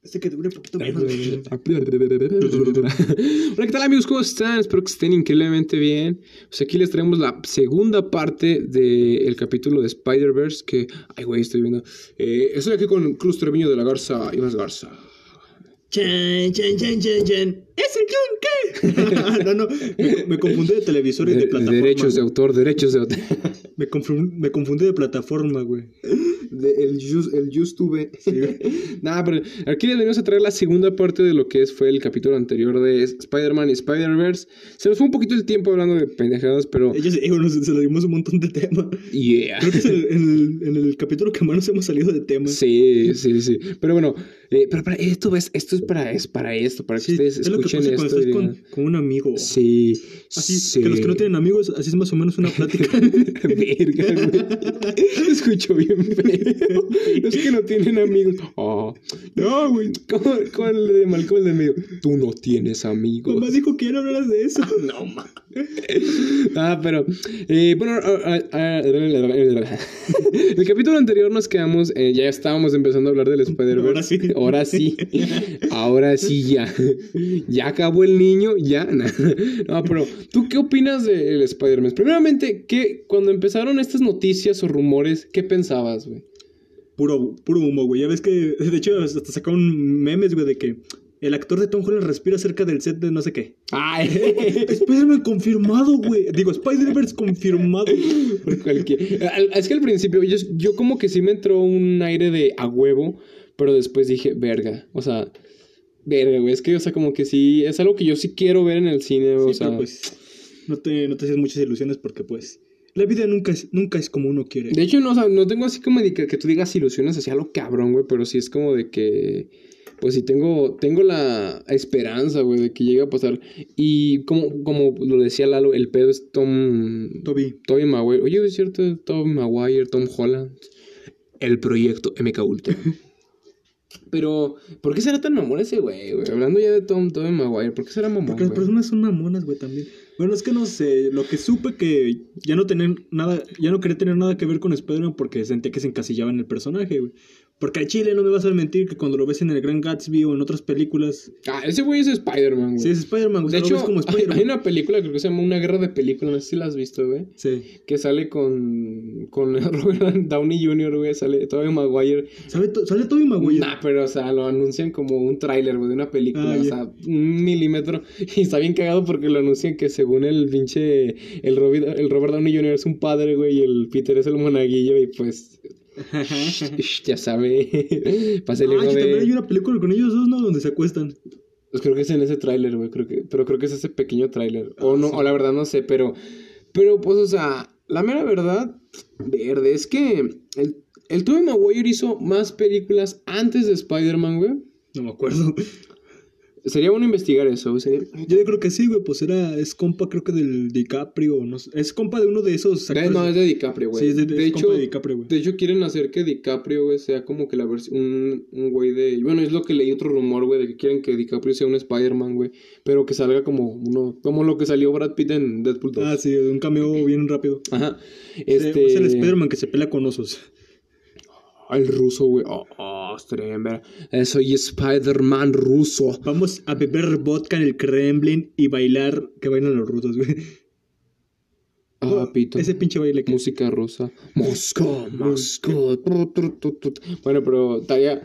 Este que dure un poquito menos. Hola, ¿qué tal amigos? ¿Cómo están? Espero que estén increíblemente bien. Pues aquí les traemos la segunda parte del capítulo de Spider-Verse que... Ay, güey, estoy viendo. Eh, estoy aquí con Cruz Treviño de la Garza y más Garza. Chan, chan, chan, chan, chan. ¿Es el John qué? no, no. Me, me confundí de televisor y de, De- plataforma. derechos de güey. autor, derechos de autor. Me, confundí, me confundí de plataforma, güey. De- el Yus- el YouTube. Nada, pero aquí les venimos a traer la segunda parte de lo que es, fue el capítulo anterior de Spider-Man y Spider-Verse. Se nos fue un poquito el tiempo hablando de pendejadas, pero. Ellos, eh, bueno, se, se le dimos un montón de tema. Yeah. Creo que es el- en, el, en el capítulo que más nos hemos salido de tema. Sí, sí, sí. Pero bueno, eh, pero para esto es, esto es para, es para esto, para que Sí, ustedes es lo que pasa escuchen cuando esto. y estás digan, con, con un amigo. Sí, Así sí. que los que no tienen amigos, así es más o menos una plática. Verga, güey. Me escucho bien feo. Los que no tienen amigos. Ah, No, güey. ¿Cómo, cómo el de Malcolm el de medio? Tú no tienes amigos. Mamá dijo que ya no hablaras de eso. No, ma. Ah, pero. eh, bueno, ah, ah, ah, el capítulo anterior nos quedamos. eh, ya estábamos empezando a hablar del Ahora Spider-Verse. sí. Ahora sí. Ahora sí, ya. Ya acabó el niño, ya. na- No, pero. ¿Tú qué opinas del Spider-Man? Primeramente, ¿qué, cuando empezaron estas noticias o rumores, ¿qué pensabas, güey? Puro, puro humo, güey. Ya ves que, de hecho, hasta sacaron memes, güey, de que el actor de Tom Holland respira cerca del set de no sé qué. Ay. Spider-Man confirmado, güey. Digo, Spider-Verse confirmado. Por cualquier- al- Es que al principio yo, yo como que sí me entró un aire de a huevo, pero después dije, verga, o sea, verga, güey, es que, o sea, como que sí, es algo que yo sí quiero ver en el cine, o Sí, sea, pero pues, no te, no te haces muchas ilusiones porque, pues, la vida nunca es, nunca es como uno quiere. de hecho, no, o sea, no tengo así como de que, que tú digas ilusiones hacia lo cabrón, güey, pero sí es como de que, pues sí tengo, tengo la esperanza, güey, de que llegue a pasar, y como, como lo decía Lalo, el pedo es Tom, Toby, Toby Maguire. Oye, es cierto, Toby Maguire, Tom Holland. El proyecto MK Ultra. Pero, ¿por qué será tan mamón ese güey, güey? Hablando ya de Tom, Toby Maguire, ¿por qué será mamón, porque las güey? personas son mamonas, güey, también. Bueno, es que no sé, lo que supe que ya no tener nada, ya no quería tener nada que ver con Spider-Man porque sentía que se encasillaba en el personaje, güey. Porque al chile no me vas a mentir que cuando lo ves en el Gran Gatsby o en otras películas, Ah, ese güey es Spider-Man, güey. sí es Spider-Man, güey, de o sea, lo ves hecho, como hay, hay Spider-Man. una película, creo que se llama Una Guerra de Películas, no sé si la has visto, güey. Sí. Que sale con, con Robert Downey Jr., güey, sale Toby Maguire. ¿Sabe to- sale Toby Maguire. Nah, pero, o sea, lo anuncian como un tráiler, güey, de una película, Ah, o ya. sea, un milímetro. Y está bien cagado porque lo anuncian que según el pinche, el Robert, el Robert Downey Jr. es un padre, güey, y el Peter es el monaguillo, y pues, sh- ya sabe, Ah, pásale, que también hay güey. una película con ellos dos, ¿no? Donde se acuestan. Pues creo que es en ese tráiler, güey, creo que, pero creo que es ese pequeño tráiler, o Ah, no, sí. o la verdad no sé, pero, pero, pues, o sea, la mera verdad, verde, es que el, el Tobey Maguire hizo más películas antes de Spider-Man, güey. No me acuerdo. Sería bueno investigar eso, güey, sería... Yo creo que sí, güey, pues era, es compa creo que del DiCaprio, no sé, es compa de uno de esos De- actores. Eh, no, es de DiCaprio, güey. Sí, es de, de, es hecho, compa de DiCaprio, güey. de hecho, quieren hacer que DiCaprio, güey, sea como que la versión. Un, un güey de. Bueno, es lo que leí otro rumor, güey, de que quieren que DiCaprio sea un Spider-Man, güey. Pero que salga como uno. Como lo que salió Brad Pitt en Deadpool 2. Ah, sí, de un cameo bien rápido. Ajá. Este... Este. Es el Spider-Man que se pelea con osos. el ruso, güey. Oh, oh, estaría bien, ver. Eh, Soy Spider-Man ruso. Vamos a beber vodka en el Kremlin y bailar, que bailan los rusos, güey. Ah, Oh, pito. Ese pinche baile que... Música rusa. Moscú, Moscú. tru, tru, tru, tru. Bueno, pero estaría.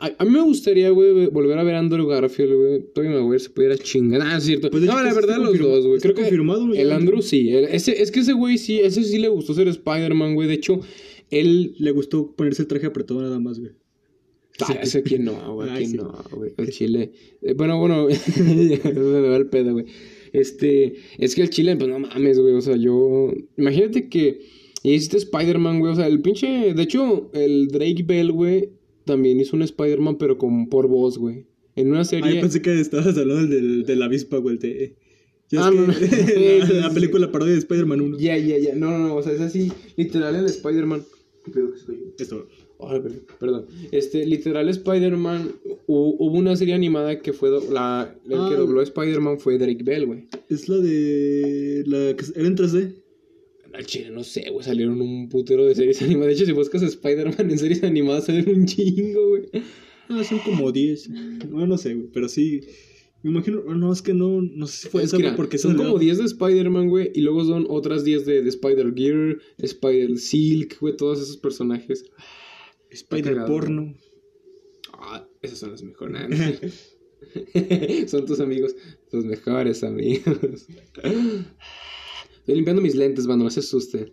A, a mí me gustaría, güey, volver a ver a Andrew Garfield, güey. Tobey Maguire se pudiera chingar. Ah, es cierto. Pues, de no, hecho, la está verdad, los confirma- dos, güey. está Creo que confirmado, güey, el ya. Andrew sí. El- ese, es que ese güey sí, ese sí le gustó ser Spider-Man, güey. De hecho, él. Le gustó ponerse el traje apretado nada más, güey. Ah, ese aquí no, güey. Ay, Aquí sí. no, güey. El chile. Eh, bueno, bueno. me va el pedo, güey. Este. Es que el chile, pues no mames, güey. O sea, yo. Imagínate que. Hiciste Spider-Man, güey. O sea, el pinche. De hecho, el Drake Bell, güey. También hizo un Spider-Man, pero con por voz, güey. En una serie. Ahí Ah, pensé que estabas hablando del, de la avispa, güey, el de... Ya Ah, es no, no. que... la, la película parodia de Spider-Man 1. Ya, ya, ya. No, no, no. O sea, es así. Literal el Spider-Man. ¿Qué pedo que estoy? Esto. Ay, per- perdón. Este, literal, Spider-Man. hu- Hubo una serie animada que fue. do- la, el que Ah. dobló a Spider-Man fue Drake Bell, güey. Es la de... La que era en 3D. Al chile, no sé, güey. Salieron un putero de series animadas. De hecho, si buscas Spider-Man en series animadas, salen un chingo, güey. Ah, son como 10. Bueno, no sé, güey, pero sí. Me imagino, ah, no, es que no, no sé si fue Es esa, que güey, mira, porque son esa- como 10 de Spider-Man, güey, y luego son otras 10 de, de Spider-Gear, Spider-Silk, güey, todos esos personajes. Spider cagado. porno. Ah, esos son los mejores. nah, no sé. son tus amigos, tus mejores amigos. Estoy limpiando mis lentes, mano, no se asusten.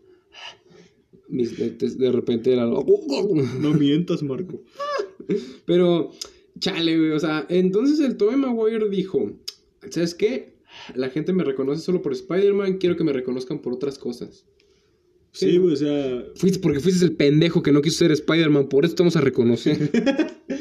Mis lentes, de repente era... No mientas, Marco. Pero, chale, güey, o sea, entonces el Tobey Maguire dijo, ¿sabes qué? La gente me reconoce solo por Spider-Man, quiero que me reconozcan por otras cosas. Sí, güey, o sea, Fuiste porque fuiste el pendejo que no quiso ser Spider-Man, por eso te vamos a reconocer.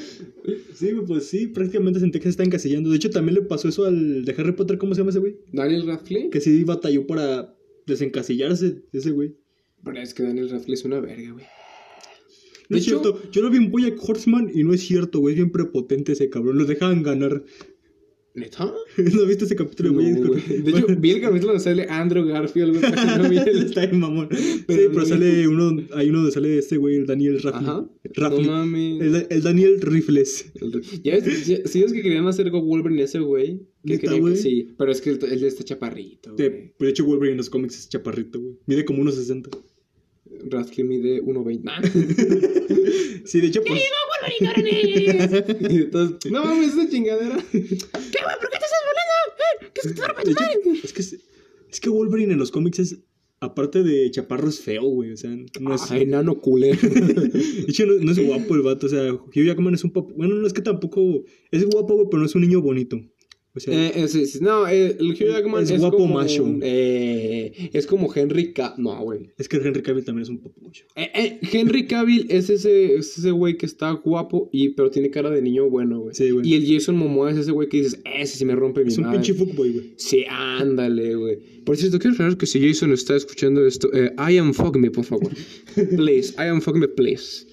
sí, güey, pues sí, prácticamente sentí que se está encasillando. De hecho, también le pasó eso al de Harry Potter, ¿cómo se llama ese güey? Daniel Radcliffe. Que sí batalló para desencasillarse ese güey. Pero es que Daniel Radcliffe es una verga, güey. No De es hecho- cierto, yo lo vi en Boyack Horseman y no es cierto, güey, es bien prepotente ese cabrón, lo dejaban ganar. ¿Neta? ¿No viste ese capítulo de Bojack No, güey. Horseman? De hecho, vi el capítulo donde sale Andrew Garfield, güey, pero no vi el- Está bien, mamón. Sí, Pero pero no- sale uno, hay uno donde sale este güey, el Daniel Ajá. Rafli. No Rafli. mames. el, el Daniel Rifles. El- Ya ves, ya- sí es que querían hacer con Wolverine ese güey. Que ¿Neta, quería que- güey? sí, pero es que él, él está este chaparrito. De, güey. de hecho, Wolverine en los cómics es chaparrito, güey. Mide como 1.60. Radcliffe mide 1.20. Nah. Sí, de hecho, pues. Y entonces, no mames, esa chingadera. de hecho, es, que, es es que Wolverine en los cómics es. Aparte de chaparro, es feo, güey. O sea, no es. Ay, enano culero. De hecho, no, no es guapo el vato. O sea, Hugh Jackman es un pap- Bueno, no es que tampoco. Es guapo, güey, pero no es un niño bonito. O sea, Eh, eh, sí, sí, no, eh, el Hugh Jackman Es es, guapo como, macho. eh, es como Henry Cavill. No, güey. es que Henry Cavill también es un papucho. Eh, eh, Henry Cavill es ese es ese güey que está guapo, y, pero tiene cara de niño bueno, güey. Sí, güey. Y el Jason Momoa es ese güey que dices, ese sí me rompe mi Es un madre. pinche fuckboy, güey. Sí, ándale, güey. Por cierto, quiero aclarar que si Jason está escuchando esto, eh, I am fuck me, por favor. Please, I am fuck me, please.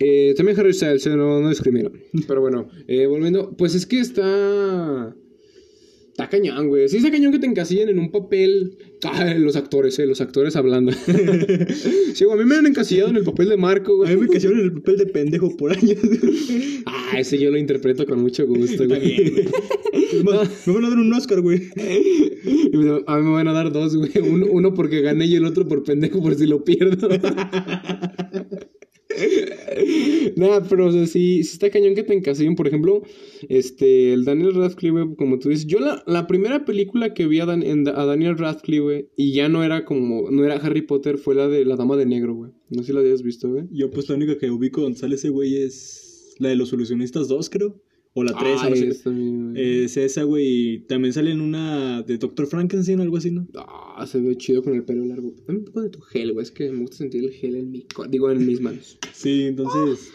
Eh, también Harry Styles, eh, no, no discrimino. Pero bueno, eh, volviendo, pues es que está. Está cañón, güey. Sí, está cañón que te encasillen en un papel. Ah, los actores, eh, los actores hablando. sí, güey, a mí me han encasillado en el papel de Marco, A mí güey. me casaron en el papel de pendejo por años. Ah, ese yo lo interpreto con mucho gusto, güey. Es más, me van a dar un Oscar, güey. Y me- A mí me van a dar dos, güey. Uno, uno porque gané y el otro por pendejo por si lo pierdo. Nada, pero o sea, sí, sí está cañón que te encasillen. Por ejemplo, este, el Daniel Radcliffe, güey, como tú dices. Yo la, la primera película que vi a, Dan- en- a Daniel Radcliffe, güey, y ya no era como, no era Harry Potter, fue la de La Dama de Negro, güey. No sé si la habías visto, güey. Yo, pues, la única que ubico donde sale ese güey es la de los solucionistas 2, creo. O la 3, Ah, o no sé. es también, güey. Es esa, güey. y También sale en una de Doctor Frankenstein, algo así, ¿no? Ah, se ve chido con el pelo largo. Dame un poco de tu gel, güey. Es que me gusta sentir el gel en mi... co- Digo, en mis manos. Sí, entonces.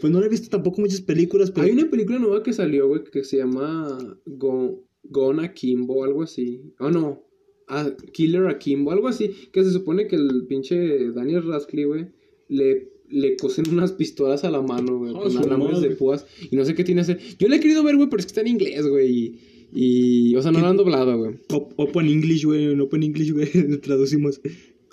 Pues no le he visto tampoco muchas películas, pero. Hay una película nueva que salió, güey, que se llama Go- Gona Kimbo, algo así. Oh, no. Ah, Killer Akimbo, algo así. Que se supone que el pinche Daniel Radcliffe, güey, le, le cosen unas pistolas a la mano, güey, Ah, con su alambres madre. de púas. Y no sé qué tiene que hacer. Yo la he querido ver, güey, pero es que está en inglés, güey. Y, y, o sea, no la han doblado, güey. Op- Open English, güey. En Open English, güey. le Traducimos.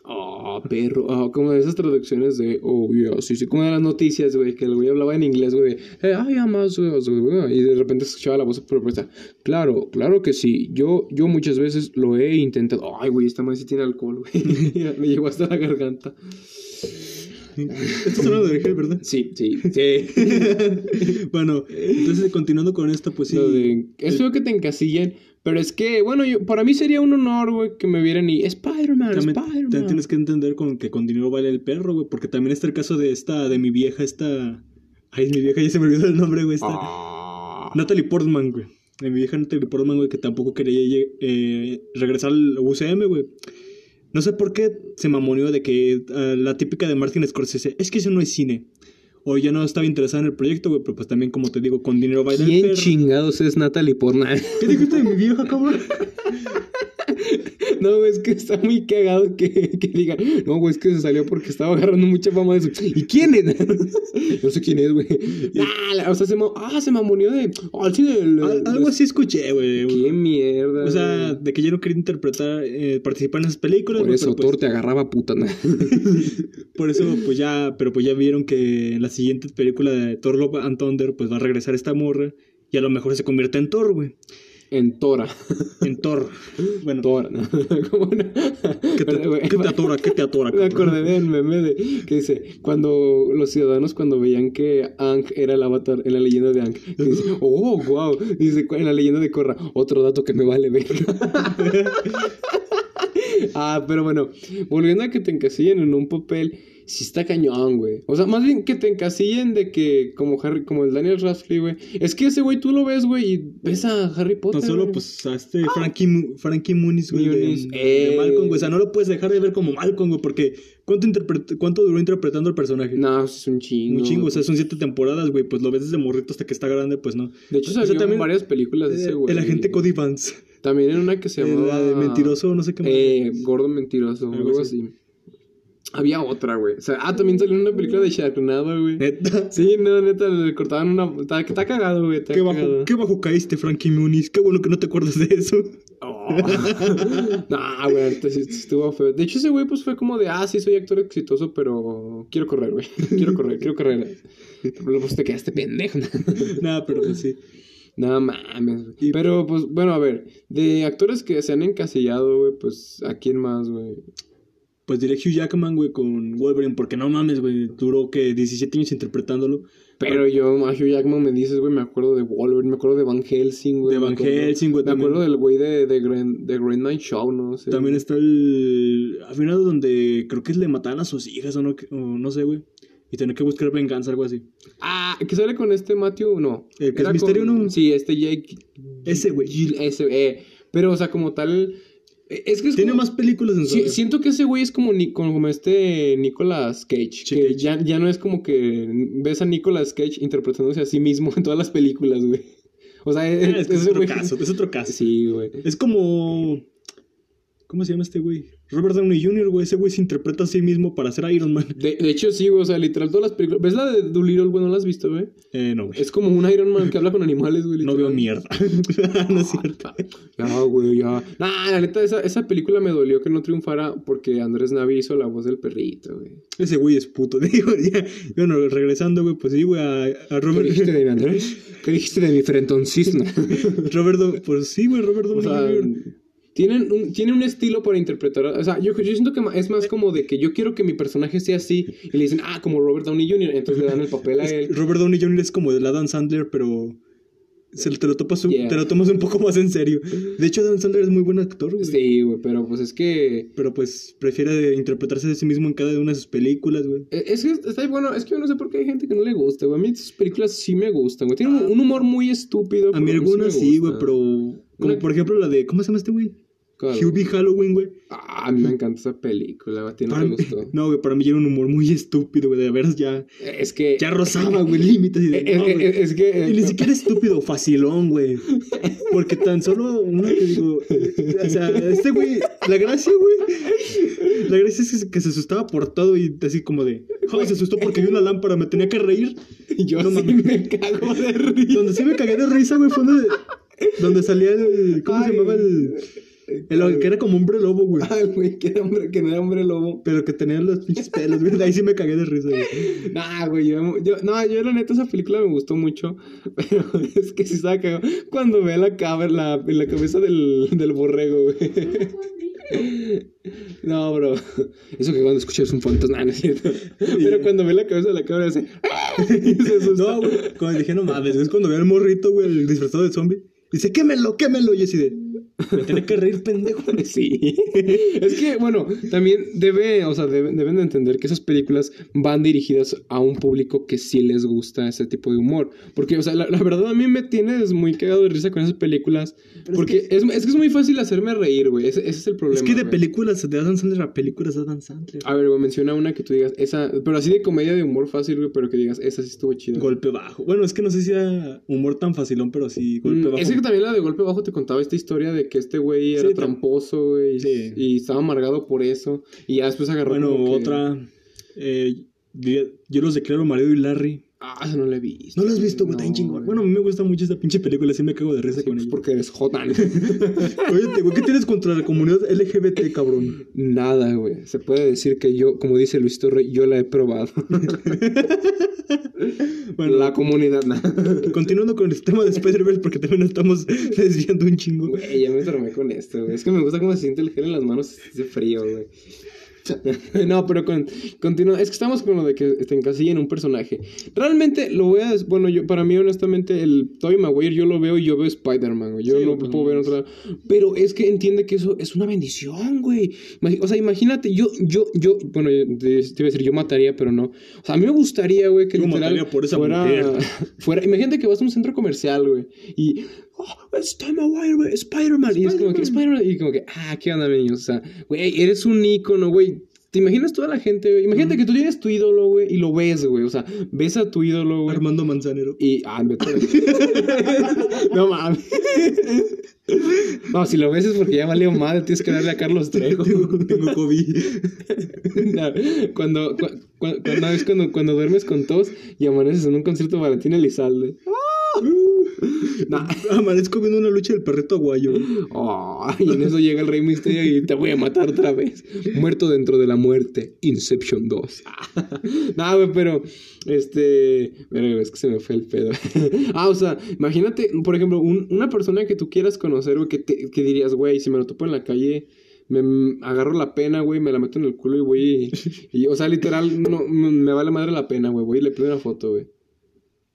Ah, perro. Ah, como esas traducciones de. Oh, yeah. Sí, sí, como de las noticias, güey. Que el güey hablaba en inglés, güey. Hey, I am us, us, güey. Y de repente se escuchaba la voz propuesta. Claro, claro que sí. Yo, yo muchas veces lo he intentado. Ay, güey, esta madre sí tiene alcohol, güey. Me llegó hasta la garganta. Esto es hablando de Hell, ¿verdad? Sí, sí, sí. bueno, entonces continuando con esto, pues sí. Lo de- es feo que te encasillen. Pero es que, bueno, yo, para mí sería un honor, güey, que me vieran y. Spider-Man, También, también Spider-Man. tienes que entender con que con dinero vale el perro, güey. Porque también está el caso de esta, de mi vieja, esta. Ay, mi vieja, ya se me olvidó el nombre, güey. Esta. Ah. Natalie Portman, güey. De mi vieja Natalie Portman, güey, que tampoco quería lle- eh, regresar al UCM, güey. No sé por qué se mamoneó de que ah, la típica de Martin Scorsese, es que eso no es cine. O ya no estaba interesada en el proyecto, güey, pero pues también, como te digo, con dinero baila el ¿Quién perro. chingados es Natalie Portman? ¿Qué dijiste de mi vieja, cabrón? No, güey, es que está muy cagado que, que digan, no, güey, es que se salió porque estaba agarrando mucha fama de eso. ¿Y quién es? no sé quién es, güey. Ah, la- o sea, se, ma- ah, se mamoneó de. ah, sí, del- Al- algo así escuché, güey. Qué mierda. O sea, pues güey. de que yo no quería interpretar, eh, participar en esas películas. por güey, pero eso pues- Thor te agarraba puta. ¿no? Por eso, pues ya, pero pues ya vieron que en la siguiente película de Thor Love and Thunder, pues va a regresar esta morra y a lo mejor se convierte en Thor, güey. en Tora. En Thor. Bueno, Tora, ¿no? ¿Cómo no? ¿qué te, Güey, qué te atora? ¿Qué te atora? Me cabrón? acordé del meme de que dice, cuando los ciudadanos cuando veían que Ang era el avatar en la leyenda de Ang, dice, oh, wow, dice en la leyenda de Korra, otro dato que me vale ver. ah, pero bueno, volviendo a que te encasillen en un papel, sí está cañón, güey. O sea, más bien que te encasillen de que como Harry, como el Daniel Radcliffe, güey, es que ese güey tú lo ves, güey, y ves a Harry Potter. Tan solo, güey. pues, a este Frankie, Mu- Frankie Muniz, güey, de, Ah. Muniz, de eh. Malcolm, güey. O sea, no lo puedes dejar de ver como Malcolm, güey, porque ¿cuánto, interpret- cuánto duró interpretando al personaje? No, pues. es un chingo. Un chingo, o sea, son siete temporadas, güey. Pues lo ves desde morrito hasta que está grande, pues no. De hecho, o sea, salió también- en varias películas Pues, de ese Eh, güey. el agente Cody Vance. También en una que se Eh, llamaba... la de mentiroso, no sé qué más. Eh, gordo mentiroso, Algo algo así. Había otra, güey. O sea, ah, también salió en una película de Sharknado, güey. Neta. Sí, no, neta, le cortaban una... Está, está cagado, güey. Está Qué cagado. bajo, qué bajo caíste, Frankie Muniz. Qué bueno que no te acuerdas de eso. Oh. nah, güey, ahorita sí estuvo feo. De hecho, ese güey pues fue como de, ah, sí, soy actor exitoso, pero quiero correr, güey. Quiero correr, quiero correr. Pero pues te quedaste pendejo. Nada, pero pues sí. No mames. güey. Y- Pero, pues, bueno, a ver. De actores que se han encasillado, güey, pues, ¿a quién más, güey? Pues diré Hugh Jackman, güey, con Wolverine, porque no mames, güey. Duró que 17 años interpretándolo. Pero yo, a Hugh Jackman me dices, güey, me acuerdo de Wolverine, me acuerdo de Van Helsing, güey. De me Van acuerdo- Helsing, güey, Me también. acuerdo del güey de, de, Grand, de Grand Night Show, no sé. También está el. Al final, donde creo que le mataban a sus hijas o no, o no sé, güey. Y tener que buscar venganza, algo así. Ah, que sale con este Matthew, no. El que es Era Misterio, con- ¿no? Sí, este Jake. Ese, güey. Gil- Ese, eh. Pero, o sea, como tal. eh, Es que es Tiene como- más películas en su. Sí, siento que ese güey es como, Ni- como este Nicolas Cage. que Cage. Ya, ya no es como que ves a Nicolas Cage interpretándose a sí mismo en todas las películas, güey. O sea, Ah, es, es, que es ese otro güey. caso, es otro caso. Sí, güey. Es como. ¿Cómo se llama este güey? Robert Downey Jr., güey. Ese güey se interpreta a sí mismo para ser Iron Man. De, de hecho, sí, güey. O sea, literal, todas las películas. ¿Ves la de Doolittle, güey? ¿No la has visto, güey? Eh, no, güey. Es como un Iron Man que habla con animales, güey. No literal. veo mierda. no es cierto. Ya, güey, ya. Nah, la neta, esa, esa película me dolió que no triunfara porque Andrés Navi hizo la voz del perrito, güey. Ese güey es puto. Digo, ya. Bueno, regresando, güey, pues sí, güey, a, a ¿Qué Robert. dijiste de mi Andrés? ¿Qué dijiste de mi frentoncismo? Robert Do- Pues sí, güey, Robert O Downey sea, Jr. tienen un, tienen un estilo para interpretar. O sea, yo, yo siento que ma- es más como de que yo quiero que mi personaje sea así. Y le dicen, ah, como Robert Downey Jr., entonces le dan el papel a Es- él. Robert Downey Jr. es como el Adam Sandler, pero. Se, te, lo topas un- Yeah. te lo tomas un poco más en serio. De hecho, Adam Sandler es muy buen actor, güey. Sí, güey, pero pues es que. Pero pues prefiere interpretarse de sí mismo en cada una de sus películas, güey. eh, Es que está bueno, es que yo no sé por qué hay gente que no le gusta, güey. A mí sus películas sí me gustan, güey. Tienen un, un humor muy estúpido. A mí pero algunas sí, me güey, gustan. pero. Como Una- por ejemplo la de. ¿Cómo se llama este güey? ¿Cuál? Hubie Halloween, güey. Ah, a mí me encanta esa película, güey. A ti no Para te mí- gustó. No, güey, para mí era un humor muy estúpido, güey. De veras ya. Es que. Ya rozaba, güey, límites. Y, de, Eh, eh, no, eh, güey. es que. Y ni siquiera estúpido, facilón, güey. Porque tan solo uno que digo. O sea, este güey. La gracia, güey. La gracia es que se, que se asustaba por todo y así como de. Joder, se asustó porque vi una lámpara, me tenía que reír. Yo No sí mames. me cago de risa. Donde sí me cagué de risa, güey, fue donde, donde salía el. ¿Cómo se Ay. llamaba el.? El que era como hombre lobo, güey. Ay, güey, que era hombre, que no era hombre lobo. Pero que tenía los pinches pelos, güey. Ahí sí me cagué de risa, güey. Nah, güey, yo, yo- no, yo la neta esa película me gustó mucho, pero es que sí estaba cagado cuando ve la, cabe- la, la cabeza del, del borrego, güey. No, bro, eso que cuando escuchas un fantasma, nah, no es cierto. Pero cuando ve la cabeza de la cabra hace... y se asusta. No, güey. Cuando dije, no mames, es cuando veo al morrito, güey, el disfrazado de zombie. Dice, quémelo, quémelo. Y yo así de. Me tenía que reír, pendejo. Sí. Es que, bueno, también debe, o sea, deben, deben de entender que esas películas van dirigidas a un público que sí les gusta ese tipo de humor. Porque, o sea, la, la verdad a mí me tienes muy cagado de risa con esas películas. Pero porque es, es que es muy fácil hacerme reír, güey. Ese, ese es el problema. Es que de güey. Ah, películas de Adam Sandler a películas de Adam Sandler. A ver, güey, menciona una que tú digas, esa, pero así de comedia de humor fácil, güey, pero que digas, esa sí estuvo chida. Golpe bajo. Bueno, es que no sé si era humor tan facilón, pero sí, golpe Mm, bajo. Es que también la de Golpe Bajo te contaba esta historia de de que este güey era Sí, tam- tramposo, güey, y- Sí. y estaba amargado por eso. Y ya después agarró. Bueno, como que- otra. eh, diría- yo los declaro Mario y Larry. Ah, eso no lo he visto. No lo has visto, güey, No, tan chingón. Bueno, a mí me gusta mucho esta pinche película, así me cago de risa sí, con pues ella. porque eres Jotan. Oye, güey, ¿qué tienes contra la comunidad LGBT, cabrón? Nada, güey. Se puede decir que yo, como dice Luis Torre, yo la he probado. Bueno, la comunidad, nada. continuando con el tema de Spider-Verse, porque también nos estamos desviando un chingo. Güey, ya me tromé con esto, güey. Es que me gusta cómo se siente el gel en las manos de frío, güey. No, pero con, continúa. Es que estamos con lo de que te encasillen un personaje. Realmente lo voy a. des- Bueno, yo para mí, honestamente, el Toy Maguire yo lo veo y yo veo Spider-Man, güey. Yo Sí, no pues, puedo ver no. otra. Pero es que entiende que eso es una bendición, güey. Imagi- O sea, imagínate, yo, yo, yo. Bueno, yo te te iba a decir, yo mataría, pero no. O sea, a mí me gustaría, güey, que Yo literal mataría por esa fuera, mujer. fuera. Imagínate que vas a un centro comercial, güey. Y. Oh, it's Tom Maguire, güey, Spider-Man. y es como que Spider-Man. Y como que, ah, ¿qué onda, niños? O sea, güey, eres un ícono, güey. ¿Te imaginas toda la gente, güey? Imagínate que tú tienes tu ídolo, güey, y lo ves, güey. O sea, ves a tu ídolo, güey. Armando Manzanero. Y. Ah, me No mames. No, si lo ves es porque ya valió madre, tienes que darle a Carlos Trejo. Tengo, tengo COVID. No, cuando, cu- cu- cu- no, es cuando, cuando duermes con tos y amaneces en un concierto de Valentín Elizalde. Nah. Amanezco viendo una lucha del perrito aguayo. Oh, y en eso llega el Rey Misterio y te voy a matar otra vez. Muerto dentro de la muerte. Inception 2. Nada, güey, pero. Este. verga, güey, es que se me fue el pedo. ah, o sea, imagínate, por ejemplo, un- una persona que tú quieras conocer, güey, que, te- que dirías, güey, si me lo topo en la calle. Me mm, agarro la pena, güey, me la meto en el culo y voy. y- y, o sea, literal, no, me me vale madre la pena, güey. Voy y le pido una foto, güey.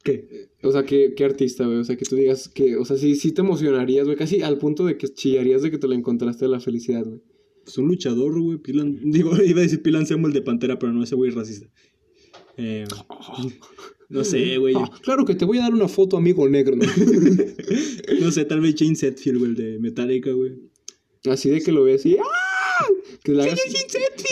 ¿Qué? O sea, ¿qué, qué artista, güey? O sea, que tú digas que, o sea, sí, sí te emocionarías, güey, casi al punto de que chillarías de que te la encontraste de la felicidad, güey. Pues un luchador, güey. Pilan. Digo, iba a decir Pilan Samuel el de Pantera, pero no, ese güey es racista. Eh, no sé, güey. Ah, claro que te voy a dar una foto, amigo negro, ¿no? No sé, tal vez Jane Setfield, güey, el de Metallica, güey. Así de que lo veas y ¡ah! Que le hagas,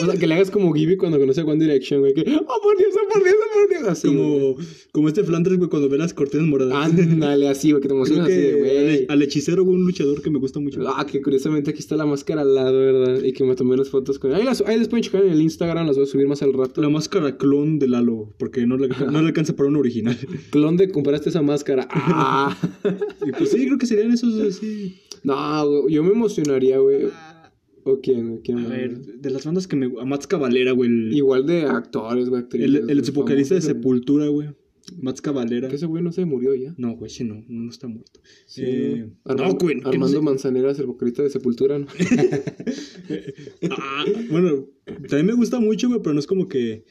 o sea, que le hagas como Gibby cuando conoce a One Direction, güey, que ¡oh, por Dios, oh, por Dios, oh, por Dios! Así, güey. Ah, Como, como este Flanders, güey, cuando ve las cortinas moradas. Ándale, así, güey, que te Creo emocionas así de, que pues güey. al, al hechicero, güey, un luchador que me gusta mucho. Ah, que curiosamente aquí está la máscara al lado, ¿verdad? Y que me tomé las fotos con... Ahí las, ahí las pueden checar en el Instagram, las voy a subir más al rato. La máscara clon de Lalo, porque no le, no le alcanza para una original. Clon de compraste esa máscara. ¡Ah! Y pues sí, creo que serían esos así. No, güey, yo me emocionaría, güey. ¿O quién, güey? ¿Quién A más? ver, de las bandas que me. A Mats Cavalera, güey. El, Igual de actores, güey, actrices. el, güey, el vocalista de famosos, güey. Sepultura, güey. Mats Cavalera. Que ese güey no se murió ya. No, güey, ese no, no está muerto. Sí. Eh, Armando, no, güey, que no Armando sé- Manzanera es el vocalista de Sepultura, ¿no? Ah, bueno, también me gusta mucho, güey, pero no es como que.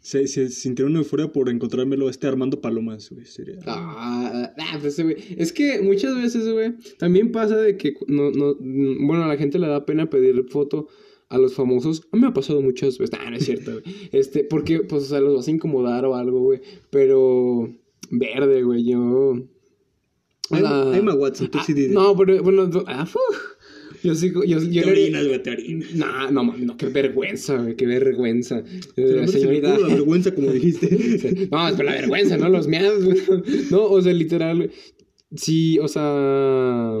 Se, se sintió una euforia por encontrármelo a este Armando Palomas, güey. Sería. Ah, ah, pues ese güey. Es que muchas veces, güey, también pasa de que cu- no, no, mm, bueno, a la gente le da pena pedir foto a los famosos. A mí me ha pasado muchas veces. Ah, no es cierto, güey. Este, porque, pues, o sea, los vas a incomodar o algo, güey. Pero, verde, güey, yo. Ay, la- ay, ma, Watson, tú Ah, sí dices. No, pero, bueno, no- ah, fu. yo sí, yo, yo, Te le- orinas, güey, te orinas. Nah, no, mami, no, qué vergüenza, güey, qué vergüenza. Eh, Te lo metes en el señorita. culo, la vergüenza, como dijiste. No, es por la vergüenza, ¿no? Los miedos, güey. No, o sea, literal. Sí, o sea.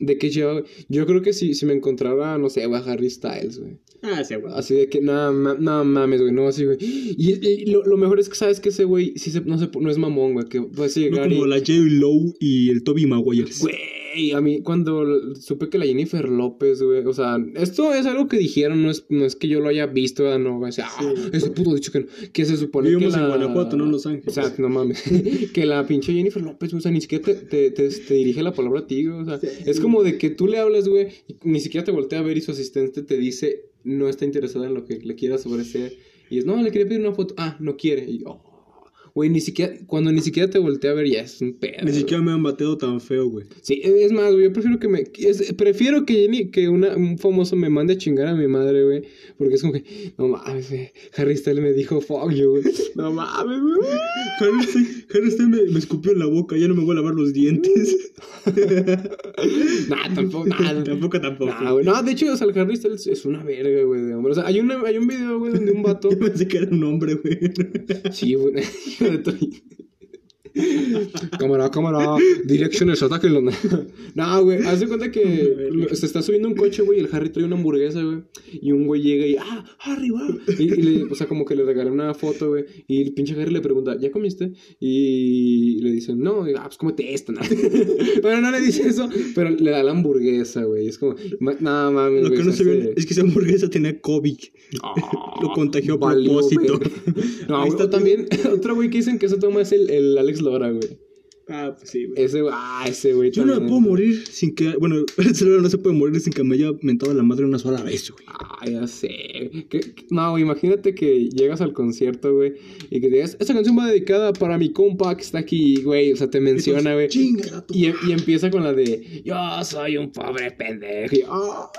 De que yo. Yo creo que si, si me encontraba, no sé, güey, a Harry Styles, güey. Ah, sí, güey. Así de que, no, ma- no mames, güey, no, así, güey. Y, y lo, lo mejor es que sabes que ese güey sí se, no, se, no es mamón, güey, que puedes No llegar como y. la J. Lowe y el Toby Maguire. Güey, a mí cuando l- supe que la Jennifer López, güey, o sea, esto es algo que dijeron, no es, no es que yo lo haya visto, ¿verdad? no, güey, o sea, ah, ese puto dicho que no, que se supone Vivimos que en la... Guanajuato, no en Los Ángeles. O sea, no mames, que la pinche Jennifer López, o sea, ni siquiera te, te, te- te dirige la palabra a ti, güey, o sea, es como de que tú le hablas, güey, y ni siquiera te voltea a ver y su asistente te dice, no está interesada en lo que le quieras ofrecer, y es, no, le quería pedir una foto, ah, no quiere, y yo... Güey, ni siquiera, cuando ni siquiera te voltea a ver, ya es un pedo. Ni güey. siquiera me han bateado tan feo, güey. Sí, es más, güey, yo prefiero que me... que es- prefiero que, Jenny- que una, un famoso me mande a chingar a mi madre, güey. Porque es como que... No mames, güey. Harry Styles me dijo, fuck you, güey. No mames, güey. Harry Styles- Harry Styles me, me escupió en la boca, ya no me voy a lavar los dientes. Nah, tampoco, nah. tampoco, tampoco. Nah, güey. No, de hecho, o sea, el Harry Styles es una verga, güey, de hombre. O sea, hay, una, hay un video, güey, donde un vato... Yo pensé que era un hombre, güey. Sí, güey. cámara, cámara, direcciones, atáquenlo. no, güey, haz de cuenta que se está subiendo un coche, güey, y el Harry trae una hamburguesa, güey. Y un güey llega y, ah, Harry, wow. Y, y le, o sea, como que le regalé una foto, güey. Y el pinche Harry le pregunta, ¿ya comiste? Y le dice, no, y, ah, pues cómete esta, ¿no? bueno, no le dice eso, pero le da la hamburguesa, güey. Es como, ma- no mames, Lo que güey, no se se hace- ve es que esa hamburguesa tenía COVID. Lo contagió a Valió, propósito. verga. No, Ahí güey, está o también otro güey que dicen que se toma es el, el Alex Lora, güey. Ah, pues sí, güey. Ese güey, ah, ese güey. Yo no me también. puedo morir sin que. Bueno, el celular no se puede morir sin que me haya mentado la madre una sola vez, güey. Ah, ya sé. Que- que- no, güey, imagínate que llegas al concierto, güey, y que digas, esta canción va dedicada para mi compa que está aquí, güey. O sea, te menciona, güey. Chinga, tu- Y, em, y empieza con la de, yo soy un pobre pendejo. Y, ah,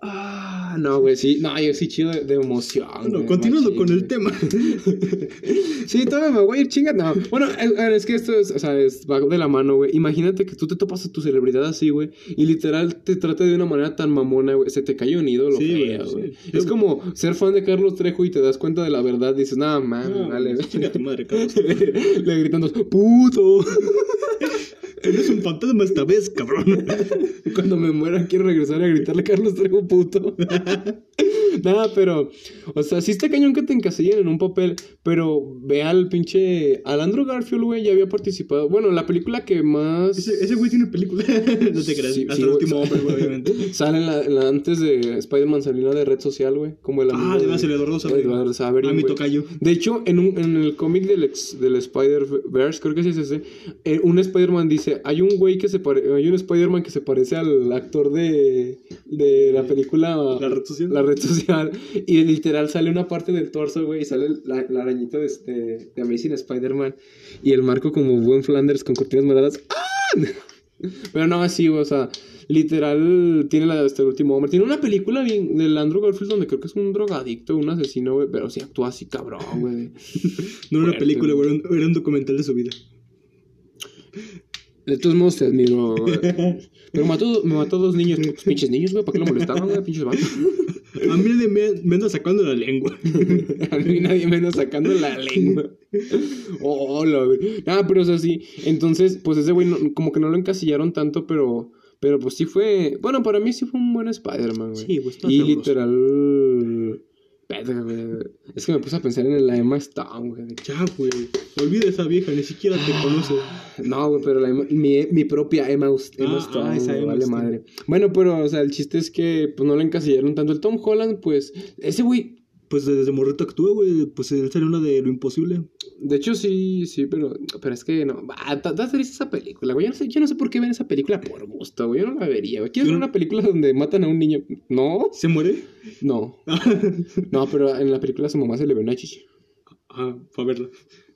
ah, no, güey, sí. No, yo sí chido de, de emoción. Bueno, güey, continuando machín, con el güey. tema. Sí, todavía me voy a ir chingando. No. Bueno, eh, eh, es que esto es, o sea, es, va de la mano, güey. Imagínate que tú te topas a tu celebridad así, güey. Y literal te trata de una manera tan mamona, güey. Se te cayó un ídolo, Sí, feo, güey, güey. sí. Es como ser fan de Carlos Trejo y te das cuenta de la verdad. Dices, nada, man, No, dale. güey, Chinga tu madre, cabrón. Le gritando, puto. Eres un fantasma esta vez, cabrón. Cuando me muera quiero regresar a gritarle Carlos Trejo puto. Nada, pero, o sea, sí está cañón que te encasillen en un papel, pero ve al pinche. Al Andrew Garfield, güey, ya había participado. Bueno, la película que más. Ese, ese güey tiene película. No te creas. Sí, Hasta sí, el güey. último hombre, güey, obviamente. Sale en la, en la- antes de Spider-Man salió en la de red social, güey. Como el Ah, le va a ser Eduardo Saverio. Eduardo Saverio, A mi güey. tocayo. De hecho, en, un- en el cómic del, ex- del Spider-Verse, creo que sí es ese, eh, un Spider-Man dice, hay un güey que se pare- hay un Spider-Man que se parece al actor de, de la película La red social. La Red Social", y literal sale una parte del torso, güey, y sale la, la arañita de, este, de Amazing Spider-Man y el marco como buen Flanders con cortinas moradas. ¡Ah! Pero no, así, o sea, literal tiene la de hasta el último hombre. Tiene una película bien, del Andrew Garfield donde creo que es un drogadicto, un asesino, güey, pero sí actúa así cabrón, güey. No era una Fuerte, película, güey. Era un, era un documental de su vida. De todos modos te admiro, güey. Pero mató, me mató dos niños, pues, pinches niños, güey, ¿para qué lo molestaban, güey? Pinches vatos. A mí de- me, me anda sacando la lengua. A mí nadie menos sacando la lengua. Oh, Hola, güey. Ah, pero o sea, sí. Entonces, pues ese güey no- como que no lo encasillaron tanto, pero. Pero pues sí fue. Bueno, para mí sí fue un buen Spider-Man, güey. Sí, güey, está Y sabroso. literal. Verga, güey. Es que me puse a pensar en la Emma Stone, güey. Ya, güey. Olvida esa vieja, ni siquiera te conoce. No, güey, pero la Emma- mi, mi propia Emma, Ust- Emma Ah, Stone, ah, esa güey, Emma vale Stone. madre. Bueno, pero, o sea, el chiste es que pues, no lo encasillaron tanto. El Tom Holland, pues, ese güey Pues desde morrito actúa, güey. Pues él salió una de lo imposible. De hecho, sí, sí, pero, pero es que no. Va, ta- ta- triste esa película, güey. Yo no, sé, yo no sé por qué ven esa película por gusto, güey. Yo no la vería, güey. ¿Quieres Yo ver no- una película donde matan a un niño? No, ¿Se muere? no. No, pero en la película a su mamá se le ve una chicha. Ajá, para verla.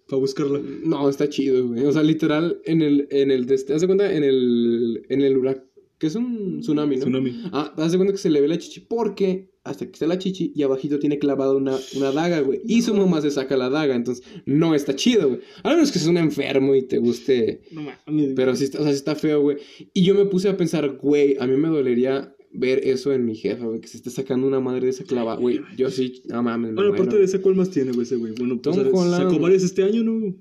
Para buscarla. No, está chido, güey. O sea, literal, en el. En el de este- haz de cuenta? En el. En el huracán. Que es un tsunami, ¿no? Tsunami. Ah, haz de cuenta que se le ve la chichi porque hasta aquí está la chichi y abajito tiene clavada una, una daga, güey. Y su mamá se saca la daga, entonces no está chido, güey. A menos que seas un enfermo y te guste No mames. Pero sí está, o sea, sí está feo, güey. Y yo me puse a pensar, güey, a mí me dolería ver eso en mi jefa, güey, que se está sacando una madre de esa clava, güey. Yo sí, no mames. me Bueno, muero. aparte de esa, ¿cuál más tiene, güey, ese güey? Bueno, pues, Tom sale- Holland. sacó varias este año, ¿no?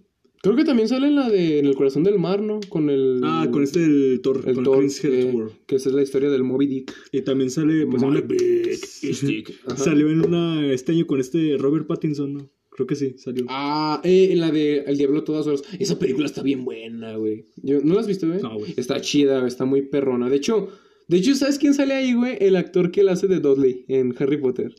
Creo que también sale en la de En el corazón del mar, ¿no? Con el. Ah, con este el Thor, El con Thor, eh, Chris Hemsworth. que, que esa es la historia del Moby Dick. Y también sale, pues, en My una... este, Ajá. Salió en una este año con este Robert Pattinson, ¿no? Creo que sí, salió. Ah, eh, en la de El Diablo a todas horas. Esa película está bien buena, güey. Yo- ¿No la has visto, güey? No, Ah, güey. Está chida, güey, está muy perrona. De hecho, de hecho, ¿sabes quién sale ahí, güey? El actor que la hace de Dudley en Harry Potter.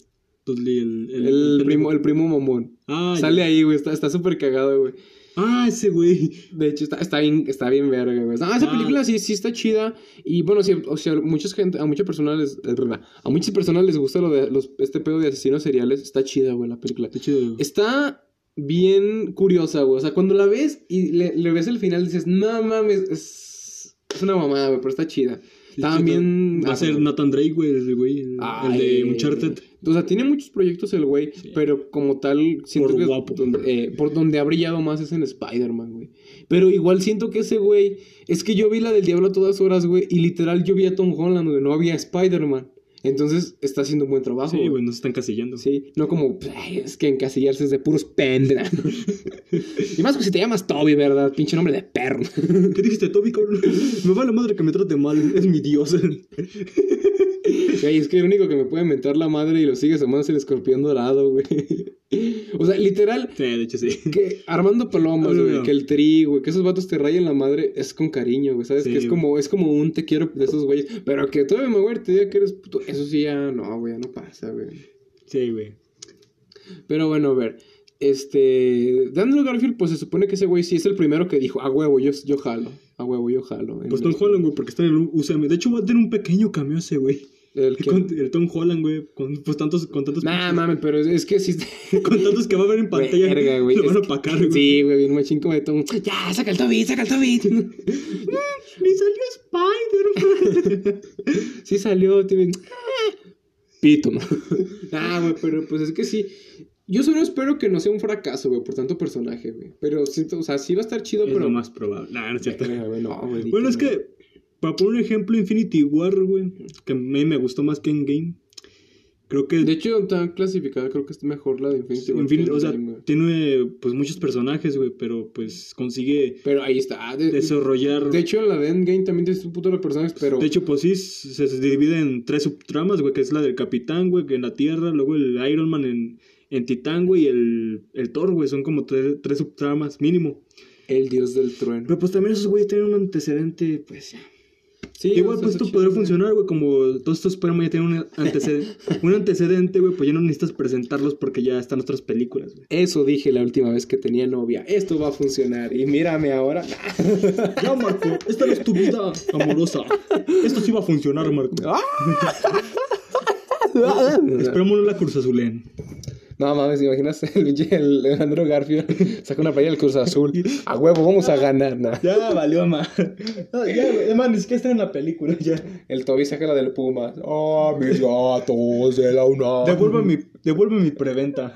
Dudley, el, el, El, el- primo, el primo mamón. Ah, Sale ya. ahí, güey. Está está súper cagado, güey. Ah, ese güey. De hecho, está, está bien, está bien verga, güey. Ah, esa Ah. película sí, sí está chida. Y bueno, sí, o sea, muchas gente, a muchas personas les, eh, perdón, a muchas personas les gusta lo de los, este pedo de asesinos seriales. Está chida, güey, la película. Qué chido. güey. Está bien curiosa, güey. O sea, cuando la ves y le, le ves el final, dices, no mames, es, es una mamada, güey, pero está chida. También. Va a ser Nathan Drake, güey, el güey. El, el Ay. de Uncharted. O sea, tiene muchos proyectos el güey, pero como tal, siento Por que guapo. donde- eh, por donde ha brillado más es en Spider-Man, güey. Pero igual siento que ese güey, es que yo vi la del diablo a todas horas, güey, y literal yo vi a Tom Holland, güey, no había Spider-Man. Entonces está haciendo un buen trabajo. Sí, güey. güey, nos están casillando. Sí, no como, "Ay, es que encasillarse es de puros pendra. y más que si te llamas Toby, ¿verdad? Pinche nombre de perro. ¿Qué dijiste, Toby, cabrón? Me va la madre que me trate mal, es mi dios. Güey, es que el único que me puede mentar la madre y lo sigue llamando es el escorpión dorado, güey. O sea, literal, Sí, de hecho sí. que Armando Palomas, Ah, no, güey, no. que el tri, güey, que esos vatos te rayen la madre, es con cariño, güey, ¿sabes? Sí, que es güey. como, es como un te quiero de esos güeyes. Pero que todavía me güey, te diga que eres puto, eso sí ya, no, güey, ya no pasa, güey. Sí, güey. Pero bueno, a ver. Este. De Andrew Garfield, pues se supone que ese güey sí es el primero que dijo: A huevo, yo, yo jalo. A huevo, yo jalo. En Pues el- Tom Holland, güey, porque está en el UCM. De hecho, va a tener un pequeño cameo ese, güey. El que. Con- El Tom Holland, güey. Con, pues tantos, con tantos. Nah, mames, pero es, es que sí. Con tantos que va a ver en pantalla. Verga, güey. Lo es van a que- opacar, güey. Sí, güey, un machín como de Tom. Ya, saca el Toby, saca el Toby. Ni salió Spider-Man. sí salió, tienen. Pito, ¿no? ah, güey, pero pues es que sí. Yo solo espero que no sea un fracaso, güey, por tanto personaje, güey. Pero, sí, o sea, sí va a estar chido, es pero. lo más probable. Nah, no es cierto. Verga, güey, no, güey, Bueno, es dije, que, para poner un ejemplo, Infinity War, güey, que a mí me gustó más que Endgame. Creo que De hecho, tan clasificada, creo que es mejor la de Infinity War. Infin- que o sea, Endgame, güey. tiene pues muchos personajes, güey, pero pues consigue pero ahí está. ah, De, desarrollar. de hecho, la de Endgame también tiene un puto de personajes, pero. De hecho, pues sí, se se divide en tres subtramas, güey, que es la del Capitán, güey, que en la Tierra, luego el Iron Man en, en Titán, güey, y el, el Thor, güey, son como tres, tres subtramas mínimo. el dios del trueno. Pero pues también esos güeyes tienen un antecedente, pues... Sí, Igual o sea, pues esto está chido, podría güey. funcionar, güey, como todos estos programas ya tienen un antecedente, un antecedente, güey, pues ya no necesitas presentarlos porque ya están otras películas, güey. Eso dije la última vez que tenía novia. Esto va a funcionar. Y mírame ahora. Ya, Marco, esta no es tu vida amorosa. Esto sí va a funcionar, Marco. Esperemos no la cruzazulen. No mames, ¿te imaginas el pinche el, el Andrew Garfield saca una playa del Cruz Azul. A huevo, vamos a ganar. nah. Ya valió, ma. No, ya, güey, además, ni siquiera está en la película, ya. El Toby saca la del Puma. Ah, mis gatos de la UNAM. Devuelve mi, devuelve mi preventa.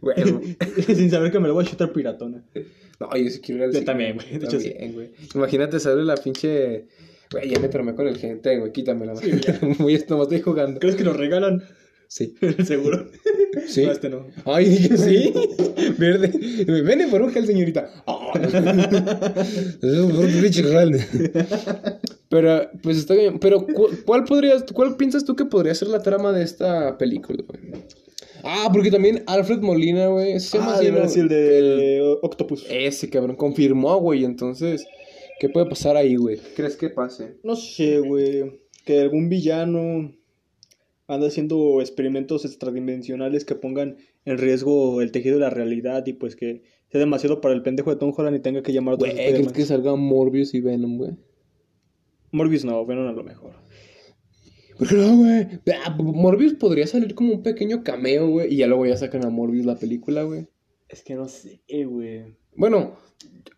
Huevo. Sin saber que me lo voy a chutar piratona. No, yo sí quiero ir al Yo cine, también, güey, de hecho, sí. también, güey. Imagínate, sale la pinche. Güey, ya me tromé con el gente, güey. Quítamela, güey. Muy esto, nomás estoy jugando. ¿Crees que nos regalan? Sí. Seguro. Sí. No, este no. Ay, dije, sí. Verde. Me vende por un gel, señorita. Ah. Eso por un pinche gel. Pero, pues está bien. Pero, ¿cu- ¿cuál podrías, cuál piensas tú que podría ser la trama de esta película, güey? Ah, porque también Alfred Molina, güey. Se llama Ah, así, de ¿no? verdad, sí, el eh, de Octopus. Ese cabrón confirmó, güey. Entonces, ¿qué puede pasar ahí, güey? ¿Crees que pase? No sé, güey. Que algún villano anda haciendo experimentos extradimensionales que pongan en riesgo el tejido de la realidad y pues que sea demasiado para el pendejo de Tom Holland y tenga que llamar a otros Güey, ¿crees Spider-Man. que salga Morbius y Venom, güey? Morbius no, Venom a lo mejor. ¿Por qué no, güey? Ah, Morbius podría salir como un pequeño cameo, güey. Y ya luego ya sacan a Morbius la película, güey. Es que no sé, güey. Bueno,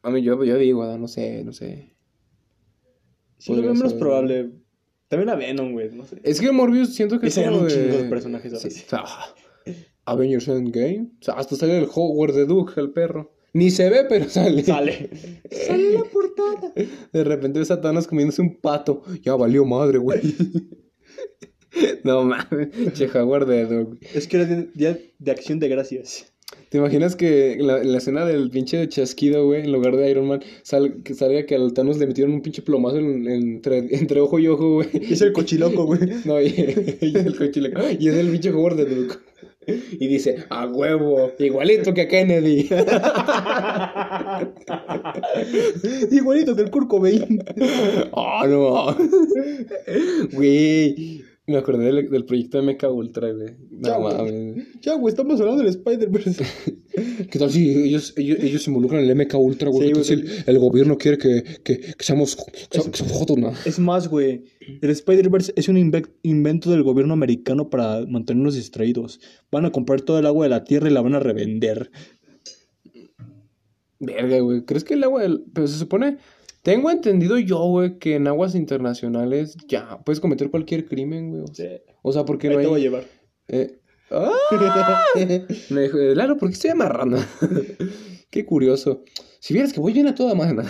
a mí yo, yo digo, ah, no sé, no sé. Sí, lo Podría veo menos ser, probable. También a Venom, güey, no sé. Es que Morbius siento que Y es serían como un de- chingo de personajes ahora Sí, sí. ah, Avengers Endgame. O sea, hasta sale el Howard de Duke, el perro. Ni se ve, pero sale. Sale. Sale la portada. De repente ves a Thanos comiéndose un pato. Ya valió madre, güey. no mames, che Howard de Duke. Es que era de- día de acción de gracias. ¿Te imaginas que la, la escena del pinche chasquido, güey, en lugar de Iron Man, sal- que salga que al Thanos le metieron un pinche plomazo en- entre, entre ojo y ojo, güey? Es el cochiloco, güey. No, y, y el cochileco. Y es el pinche Howard de Duke. Y dice, a huevo, igualito que a Kennedy. Igualito que el Curco Bain. Oh, no. Güey. Me acordé del, del proyecto de Mecha Ultra, güey. Ya, No güey. mames. Ya, güey, estamos hablando del Spider-Verse. ¿Qué tal si ellos, ellos, ellos se involucran en el MK Ultra, güey? Sí, ¿Qué tal güey. si el, el gobierno quiere que, que, que seamos, que seamos- que seamos jotos, no? Es más, güey, el Spider-Verse es un inve- invento del gobierno americano para mantenernos distraídos. Van a comprar todo el agua de la tierra y la van a revender. Verga, güey. ¿Crees que el agua del- Pero se supone... Tengo entendido yo, güey, que en aguas internacionales ya puedes cometer cualquier crimen, güey. O sea, porque no hay... llevar. Eh, ¡ah! Me dijo, eh, Lalo, ¿por qué estoy amarrando? qué curioso. Si vieras que voy bien a toda mano.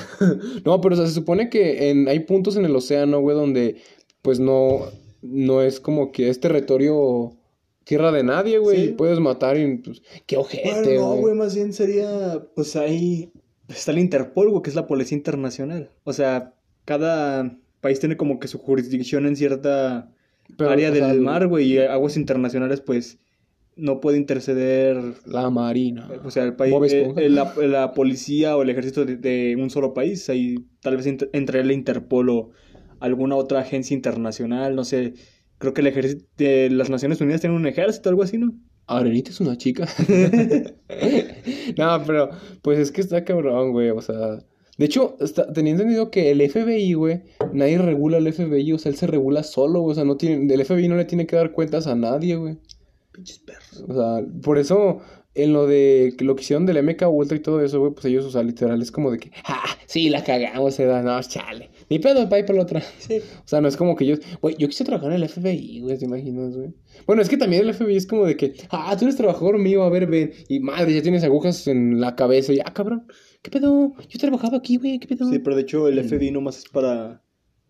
no, pero o sea, se supone que en- hay puntos en el océano, güey, donde pues no no es como que es territorio tierra de nadie, güey. Sí. Puedes matar y pues, qué ojete, Bueno, no, güey. güey, más bien sería, pues ahí está el Interpol, güey, que es la policía internacional. O sea, cada país tiene como que su jurisdicción en cierta Pero, área o del sea, mar, güey, y aguas internacionales, pues, no puede interceder, eh, La marina. o sea, el país, Bob eh, Esponja. eh, la, la policía o el ejército de, de un solo país. Ahí tal vez ent- entre el Interpol o alguna otra agencia internacional, no sé. Creo que el ejército de las Naciones Unidas tiene un ejército, algo así, ¿no? Arenita es una chica. no, pero pues es que está cabrón, güey. O sea, de hecho, está, tenía entendido que el FBI, güey, nadie regula el FBI. O sea, él se regula solo, güey. O sea, no tiene, el FBI no le tiene que dar cuentas a nadie, güey. Pinches perros. O sea, por eso, en lo de lo que hicieron del MK Ultra y todo eso, güey, pues ellos, o sea, literal, es como de que, ah, sí, la cagamos, se da, no, chale. Ni pedo, pa' y por la otra. Sí. O sea, no es como que yo, güey, yo quise trabajar en el FBI, güey, ¿te imaginas, güey? Bueno, es que también el FBI es como de que, ah, tú eres trabajador mío, a ver, ven. Y madre, ya tienes agujas en la cabeza. Y, ah, cabrón, ¿qué pedo? Yo trabajaba aquí, güey, ¿qué pedo? Sí, pero de hecho el Mm. FBI nomás es para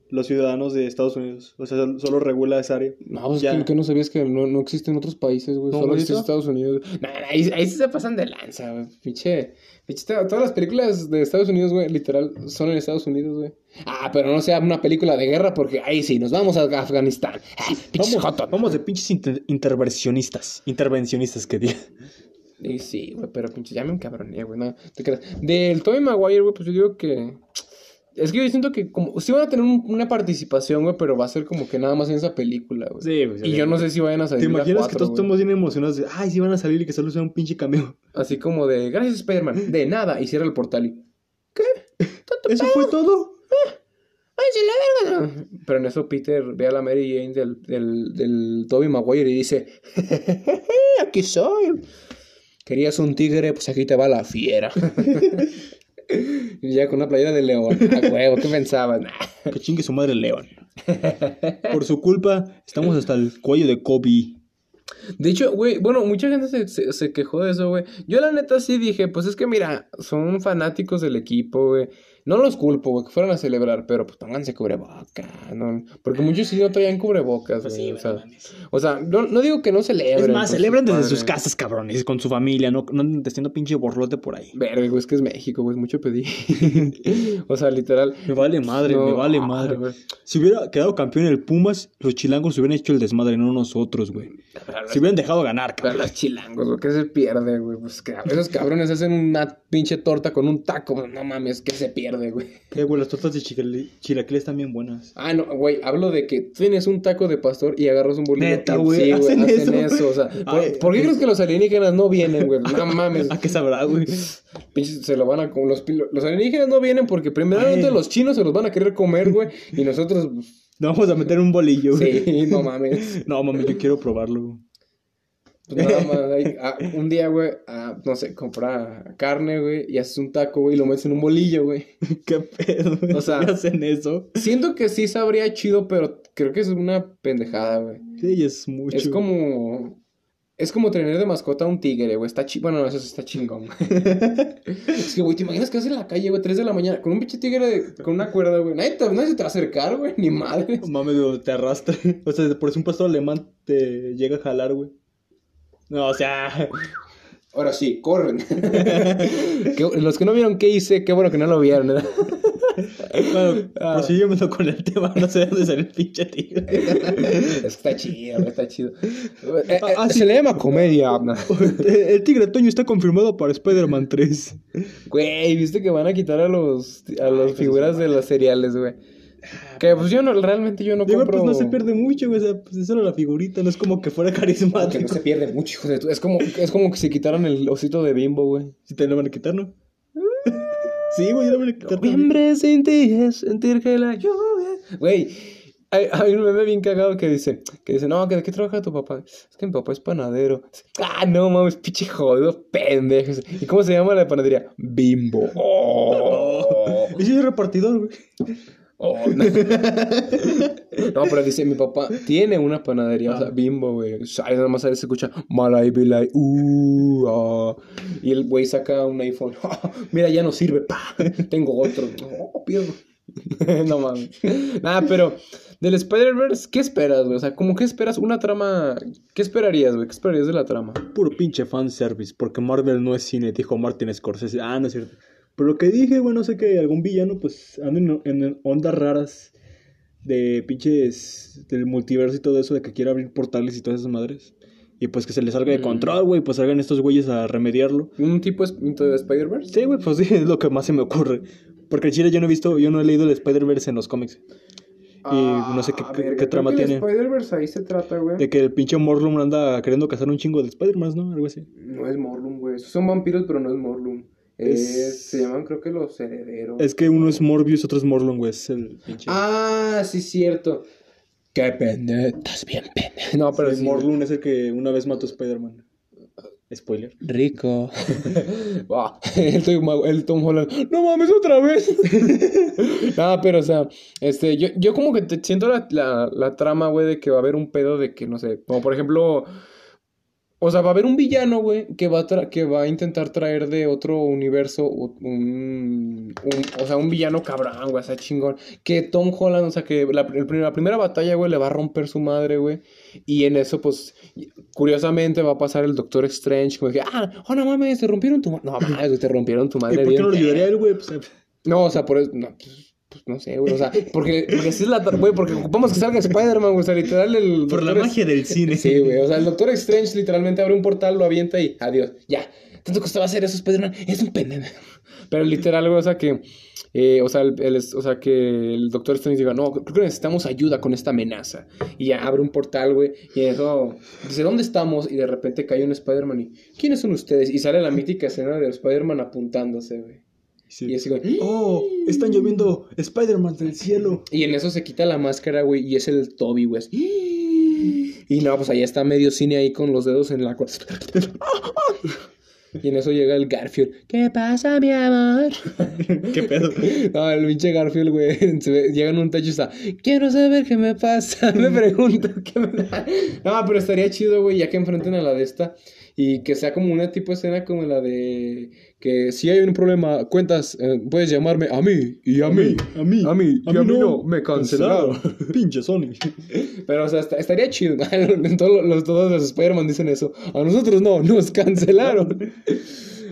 los ciudadanos de Estados Unidos. O sea, sol- solo regula esa área. No, pues, ya. que, que no sabías que no, no existen otros países, güey. ¿No, Solo existe bonito? Estados Unidos. Nah, nah, ahí, ahí sí se pasan de lanza, güey. Pinche. pinche to- todas las películas de Estados Unidos, güey, literal, son en Estados Unidos, güey. Ah, pero no sea una película de guerra porque ahí sí, nos vamos a Afganistán. Ah, pinches jotos. Vamos, vamos de pinches inter- intervencionistas. Intervencionistas que diga. Y sí, güey, pero pinche, ya me encabroné, güey. No, te creas. Del Tobey Maguire, güey, pues yo digo que. Es que yo siento que como. Sí van a tener un- una participación, güey, pero va a ser como que nada más en esa película, güey. Sí, pues, Y yo no sé si vayan a ¿Te salir. la imaginas que cuatro, todos güey. estamos bien emocionados? De, Ay, sí van a salir y que solo sea un pinche cameo. Así como de, gracias Spider-Man, de nada, y cierra el portal y... ¿Eso fue todo? ¡Ay, la verga! Pero en eso Peter ve a la Mary Jane del, del, del Tobey Maguire y dice... ¡Aquí soy! Querías un tigre, pues aquí te va la fiera. y ya con una playera de león. ¡A huevo! ¿Qué pensabas? Nah. Que chingue su madre León. Por su culpa, estamos hasta el cuello de Kobe. De hecho, güey, bueno, mucha gente se, se- se quejó de eso, güey. Yo la neta sí dije, pues es que mira, son fanáticos del equipo, güey. No los culpo, güey, que fueron a celebrar, pero pues pónganse cubrebocas, ¿no? Porque muchos sí no traían cubrebocas, güey. o, sea, o sea, no, no digo que no celebren. Pues Es más, con celebran desde padres. sus casas, cabrones, con su familia, no, no anden haciendo pinche borlote por ahí. Verga, güey, es que es México, güey, es mucho pedí. o sea, literal. Me vale madre, me no, vale ah, madre. güey. Si hubiera quedado campeón el Pumas, los chilangos hubieran hecho el desmadre, no nosotros, güey. Si hubieran dejado ganar, Pero cabrón. los chilangos, güey, ¿qué se pierde, güey? Pues que esos cabrones hacen una pinche torta con un taco, güey, no mames, ¿qué se pierde, güey? Eh, güey, las tortas de chile- chilaquiles están bien buenas. Ah, no, güey, hablo de que tienes un taco de pastor y agarras un bolillo. Neta, Y- güey, sí, hacen eso. o sea, ¿por, Ay, por qué eh. crees que los alienígenas no vienen, güey? No mames. ¿A qué sabrá, güey? pinches, se lo van a com- los, pil- los alienígenas no vienen porque primeramente Ay. los chinos se los van a querer comer, güey, y nosotros pues, Nos vamos a meter un bolillo, güey. sí, no mames. No, mami, yo quiero probarlo. Pues nada más, hay- ah, un día, güey, ah, no sé, compra carne, güey, y haces un taco, güey, y lo metes en un bolillo, güey. ¿Qué pedo? güey? O sea- ¿Qué hacen eso? Siento que sí sabría chido, pero creo que es una pendejada, güey. Sí, es mucho. Es como. Es como tener de mascota a un tigre, güey. Está chi... Bueno, no, eso sí está chingón. es que, güey, ¿te imaginas que vas en la calle, güey? 3 de la mañana con un pinche tigre de- con una cuerda, güey. Nadie, te- nadie se te va a acercar, güey. Ni madre. Mami, güey, te arrastra. O sea, por eso un pastor alemán te llega a jalar, güey. No, o sea... Ahora sí, corren. Que- los que no vieron qué hice, qué bueno que no lo vieron, ¿verdad? Bueno, Ah. prosiguiéndolo con el tema, no sé dónde salió el pinche tigre. Eh, Es que está chido, güey, está chido. Eh, Ah, ah, eh, sí. Se le llama comedia. El tigre Toño está confirmado para Spider-Man 3. Güey, viste que van a quitar a los a las figuras de las seriales, güey. Que pues yo no, realmente yo no Digo, compro. pues no se pierde mucho, güey. O sea, pues es solo la figurita, no es como que fuera Como que no carismático. se pierde mucho, hijo de tu... Es como, es como que se quitaron el osito de bimbo, güey. Si te lo van a quitar, ¿no? Sí, güey, ya lo van a quitar. también. Ah. Noviembre sin ti es sentir que la lluvia... Güey, hay, hay un meme bien cagado que dice... Que dice, no, ¿de qué trabaja tu papá? Es que mi papá es panadero. Ah, no, mames, pinche jodido, pendejos. ¿Y cómo se llama la panadería? Bimbo. Oh. Y si es repartidor, güey. Oh, no. No, pero dice, mi papá tiene una panadería, o sea, bimbo, güey. O sea, Ahí nada más ahí se escucha, malay, bilay, uh, ah". Y el güey saca un iPhone. Mira, ya no sirve, pa. Tengo otro. No, pierdo. no mames. Nada, pero del Spider-Verse, ¿qué esperas, güey? O sea, ¿cómo qué esperas una trama? ¿Qué esperarías, güey? ¿Qué esperarías de la trama? Puro pinche fanservice, porque Marvel no es cine, dijo Martin Scorsese. Ah, no es cierto. Pero lo que dije, güey, no sé que algún villano, pues, anda en, en ondas raras de pinches del multiverso y todo eso, de que quiere abrir portales y todas esas madres. Y pues que se le salga de Mm. control, güey, pues salgan estos güeyes a remediarlo. ¿Un tipo es- de Spider-Verse? Sí, güey, pues sí, es lo que más se me ocurre. Porque en Chile yo no he visto, yo no he leído el Spider-Verse en los cómics. Y no sé qué- Ah, qué- verga, qué trama creo que tiene. de Spider-Verse ahí se trata, güey. De que el pinche Morlum anda queriendo cazar un chingo de Spider-Man, ¿no? Algo así. No es Morlum, güey. Esos son vampiros, pero no es Morlum. Eh, Es- se llaman, creo que los herederos. Es que uno es Morbius, otro es Morlum, güey. Es el pinche. Ah, sí, cierto. Qué pendejo. Estás bien pendejo. No, Ah, pero Sí, sí. Morlun es el que una vez mató a Spider-Man. Spoiler. Rico. Ah, el, Tom, el Tom Holland. No mames, otra vez. no, pero o sea, este, yo, yo como que te siento la, la, la trama, güey, de que va a haber un pedo de que, no sé, como por ejemplo, o sea, va a haber un villano, güey, que va a, tra- que va a intentar traer de otro universo u- un, un- o sea, un villano cabrón, güey, o sea, chingón. Que Tom Holland, o sea, que la, el prim- la primera batalla, güey, le va a romper su madre, güey. Y en eso, pues, curiosamente va a pasar el Doctor Strange, como que, ah, oh, no mames, te rompieron tu madre. No mames, güey, te rompieron tu ¿Y madre. por qué bien no lo feo. ayudaría a él, güey? Pues, eh, No, o sea, por eso. No, pues, pues, no sé, güey. O sea, porque, porque así es la. tra- Güey, porque ocupamos que salga Spider-Man, güey. O sea, literal, el. por la doctor es- magia del cine. Sí, güey. O sea, el Doctor Strange literalmente abre un portal, lo avienta y adiós. Ya. Tanto costaba hacer eso, Spider-Man. Es un pendejo. Pero literal, güey, o sea que. eh, o, sea, el, el- o sea, que el Doctor Strange diga, no, creo que necesitamos ayuda con esta amenaza. Y ya abre un portal, güey. Y eso. Dice, ¿dónde estamos? Y de repente cae un Spider-Man y. ¿Quiénes son ustedes? Y sale la mítica escena del Spider-Man apuntándose, güey. Sí. Y así, güey. Oh, están lloviendo Spider-Man del cielo. Y en eso se quita la máscara, güey, y es el Toby, güey. así. Y no, pues allá está medio cine ahí con los dedos en la cuerda. Y en eso llega el Garfield. ¿Qué pasa, mi amor? ¿Qué pedo? No, el pinche Garfield, güey. se ve- Llega en un techo y está. Quiero saber qué me pasa. Me pregunto qué me da. No, pero estaría chido, güey, ya que enfrenten a la de esta. Y que sea como una tipo escena como la de. Que si hay un problema, cuentas, eh, puedes llamarme a mí y a mí. A mí. A mí, y a mí no, me cancelaron. Pinche Sony. Pero, o sea, est- estaría chido. En todos los, todos los Spider-Man dicen eso. A nosotros no, nos cancelaron.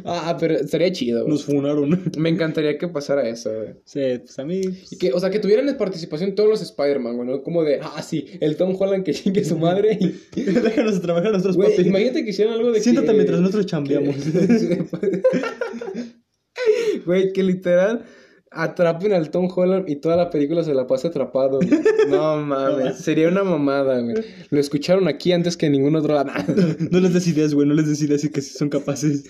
ah, pero estaría chido. güey. Nos funaron. Me encantaría que pasara eso, güey. Sí, pues a mí. Y que, o sea, que tuvieran participación todos los Spider-Man, güey, ¿no? Como de, ah, sí, el Tom Holland que chingue su madre. Y, Déjanos trabajar a nuestros güey, papis. imagínate que hicieran algo de que- Siéntate mientras nosotros que- chambeamos. Güey, que literal atrapen al Tom Holland y toda la película se la pase atrapado. güey. No mames, sería una mamada, güey. Lo escucharon aquí antes que en ningún otro lado. No les des ideas, güey. No les des ideas y que sí son capaces.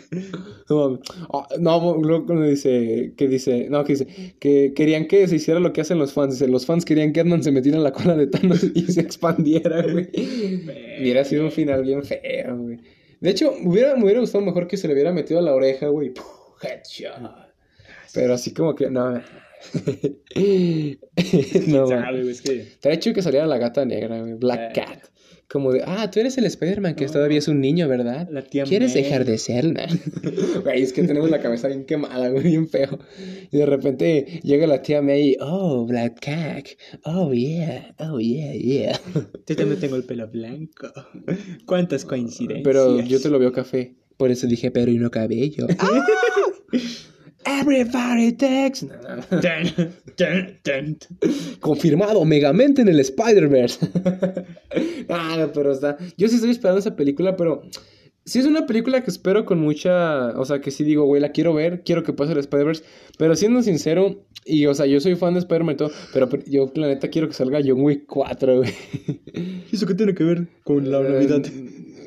No, mames. Ah, no, luego cuando dice, que dice, no, que dice, que querían que se hiciera lo que hacen los fans. Dice, los fans querían que Ant-Man se metiera en la cola de Thanos y se expandiera, güey. Hubiera sido un final bien feo, güey. De hecho, hubiera, me hubiera gustado mejor que se le hubiera metido a la oreja, güey. ¡Puf! Ah, Headshot. Pero así como que, no. no, Sabe, mames. güey, es que. Te ha hecho que saliera la gata negra, güey. Black Eh. Cat. Como de, ah, tú eres el Spider-Man que todavía es un niño, ¿verdad? La tía ¿Quieres May. dejar de serlo? Güey, es que tenemos la cabeza bien quemada, güey, bien feo. Y de repente llega la tía May y, oh, Black Cat. Oh, yeah. Oh, yeah, yeah. Yo también tengo el pelo blanco. ¿Cuántas coincidencias? Pero yo te lo veo café. Por eso dije, pero y no cabello. ¡Ah! Everybody takes. No, no, no. Tan, tan, tan. Confirmado, Megamente en el Spider-Verse. ah, no, pero está. Yo sí estoy esperando esa película, pero. Sí es una película que espero con mucha. O sea, que sí digo, güey, la quiero ver, quiero que pase el Spider-Verse. Pero siendo sincero, y o sea, yo soy fan de Spider-Man y todo, pero pero yo, la neta, quiero que salga John Wick 4, güey. Eh, ¿Y eso qué tiene que ver con la Navidad?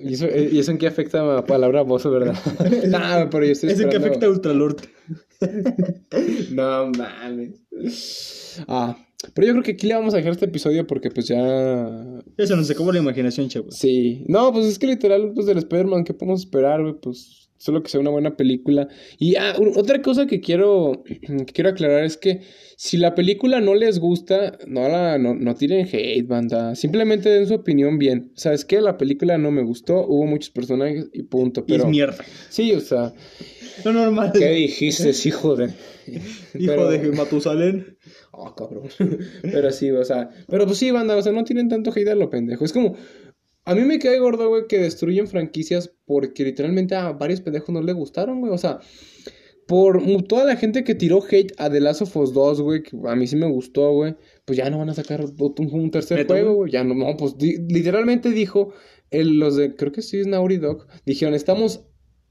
¿Y eso, ¿Y eso en qué afecta a palabra voz, verdad? no, pero yo estoy Es el que esperando- afecta a Ultralord. No mames. Ah, pero yo creo que aquí le vamos a dejar este episodio porque pues ya Eso nos acabó la imaginación, chavos. Sí, no, pues es que literal, pues del Spider-Man, ¿qué podemos esperar, güey? Pues solo que sea una buena película. Y ah, un- otra cosa que quiero, que quiero aclarar es que si la película no les gusta, no la, no, no tiren hate, banda. Simplemente den su opinión bien. ¿Sabes qué? La película no me gustó, hubo muchos personajes y punto. Y es Pero mierda. sí, o sea, No normal. ¿qué dijiste, hijo de? Hijo Pero- de Matusalén. oh, cabrón. pero sí, o sea, pero pues sí, banda, o sea, no tienen tanto hate a lo pendejo. Es como, a mí me cae gordo, güey, que destruyen franquicias porque literalmente a varios pendejos no le gustaron, güey, o sea, por mu- toda la gente que tiró hate a The Last of Us 2, güey, que a mí sí me gustó, güey, pues ya no van a sacar ot- un, un tercer ¿Neta, juego, güey? güey, ya no, no, pues di- literalmente dijo, el- los de, creo que sí es Naughty Dog, dijeron, estamos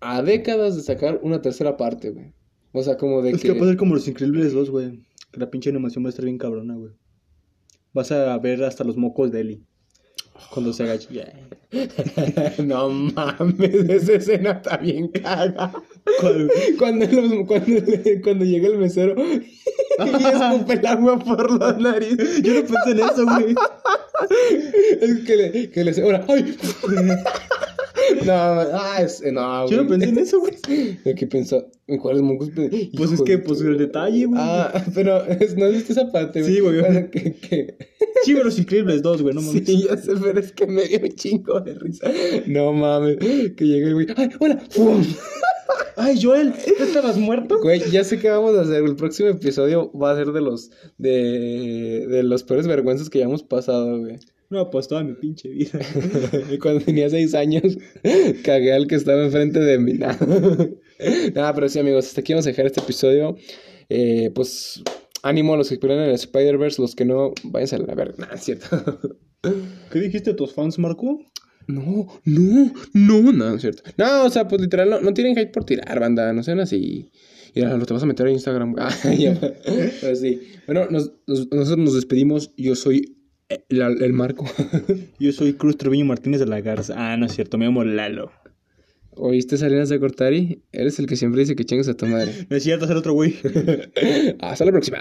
a décadas de sacar una tercera parte, güey. O sea, como de Es que va a pasar como los increíbles dos, güey. Que La pinche animación va a estar bien cabrona, güey. Vas a ver hasta los mocos de Eli. Cuando se agache. Ya. no mames, esa escena está bien caga. ¿Cuál? Cuando, los- cuando, cuando llega el mesero y escupe el agua por la nariz. Yo no pensé en eso, güey. Es que le, que le hace- ahora, ¡ay! No, ah, es, no, Yo no pensé en eso, güey. ¿De qué pensó? ¿En cuáles mongos pensó? Pues es Hijo que, de- pues el detalle, güey. Ah, pero es- no viste esa parte, Sí, güey. Bueno, que- que- Sí, güey, los increíbles dos, güey, no mames. Sí, ya sé, pero es que me dio un chingo de risa. No mames, que llega el güey. ¡Ay, hola! ¡Fum! Ay, Joel, ¿tú estabas muerto? Güey, ya sé qué vamos a hacer. El próximo episodio va a ser de los de, de los peores vergüenzas que ya hemos pasado, güey. No, pues toda mi pinche vida. Cuando tenía seis años, cagué al que estaba enfrente de mí. Nah. Nah, pero sí, amigos, hasta aquí vamos a dejar este episodio. Eh, pues, ánimo a los que esperan en el Spider-Verse, los que no, váyanse a la verga. Nah, es cierto. ¿Qué dijiste a tus fans, Marco? No, no, no, no, es cierto. No, o sea, pues literal, no, no tienen hate por tirar, banda, no sean así. Y ahora lo te vas a meter a Instagram. Ah, ya. Pero sí. Bueno, nos- nos- nosotros nos despedimos. Yo soy el, el Marco. Yo soy Cruz Treviño Martínez de la Garza. Ah, no es cierto, me llamo Lalo. ¿Oíste Salinas de Cortari? Eres el que siempre dice que chingas a tu madre. No es cierto, es el otro güey. Hasta la próxima.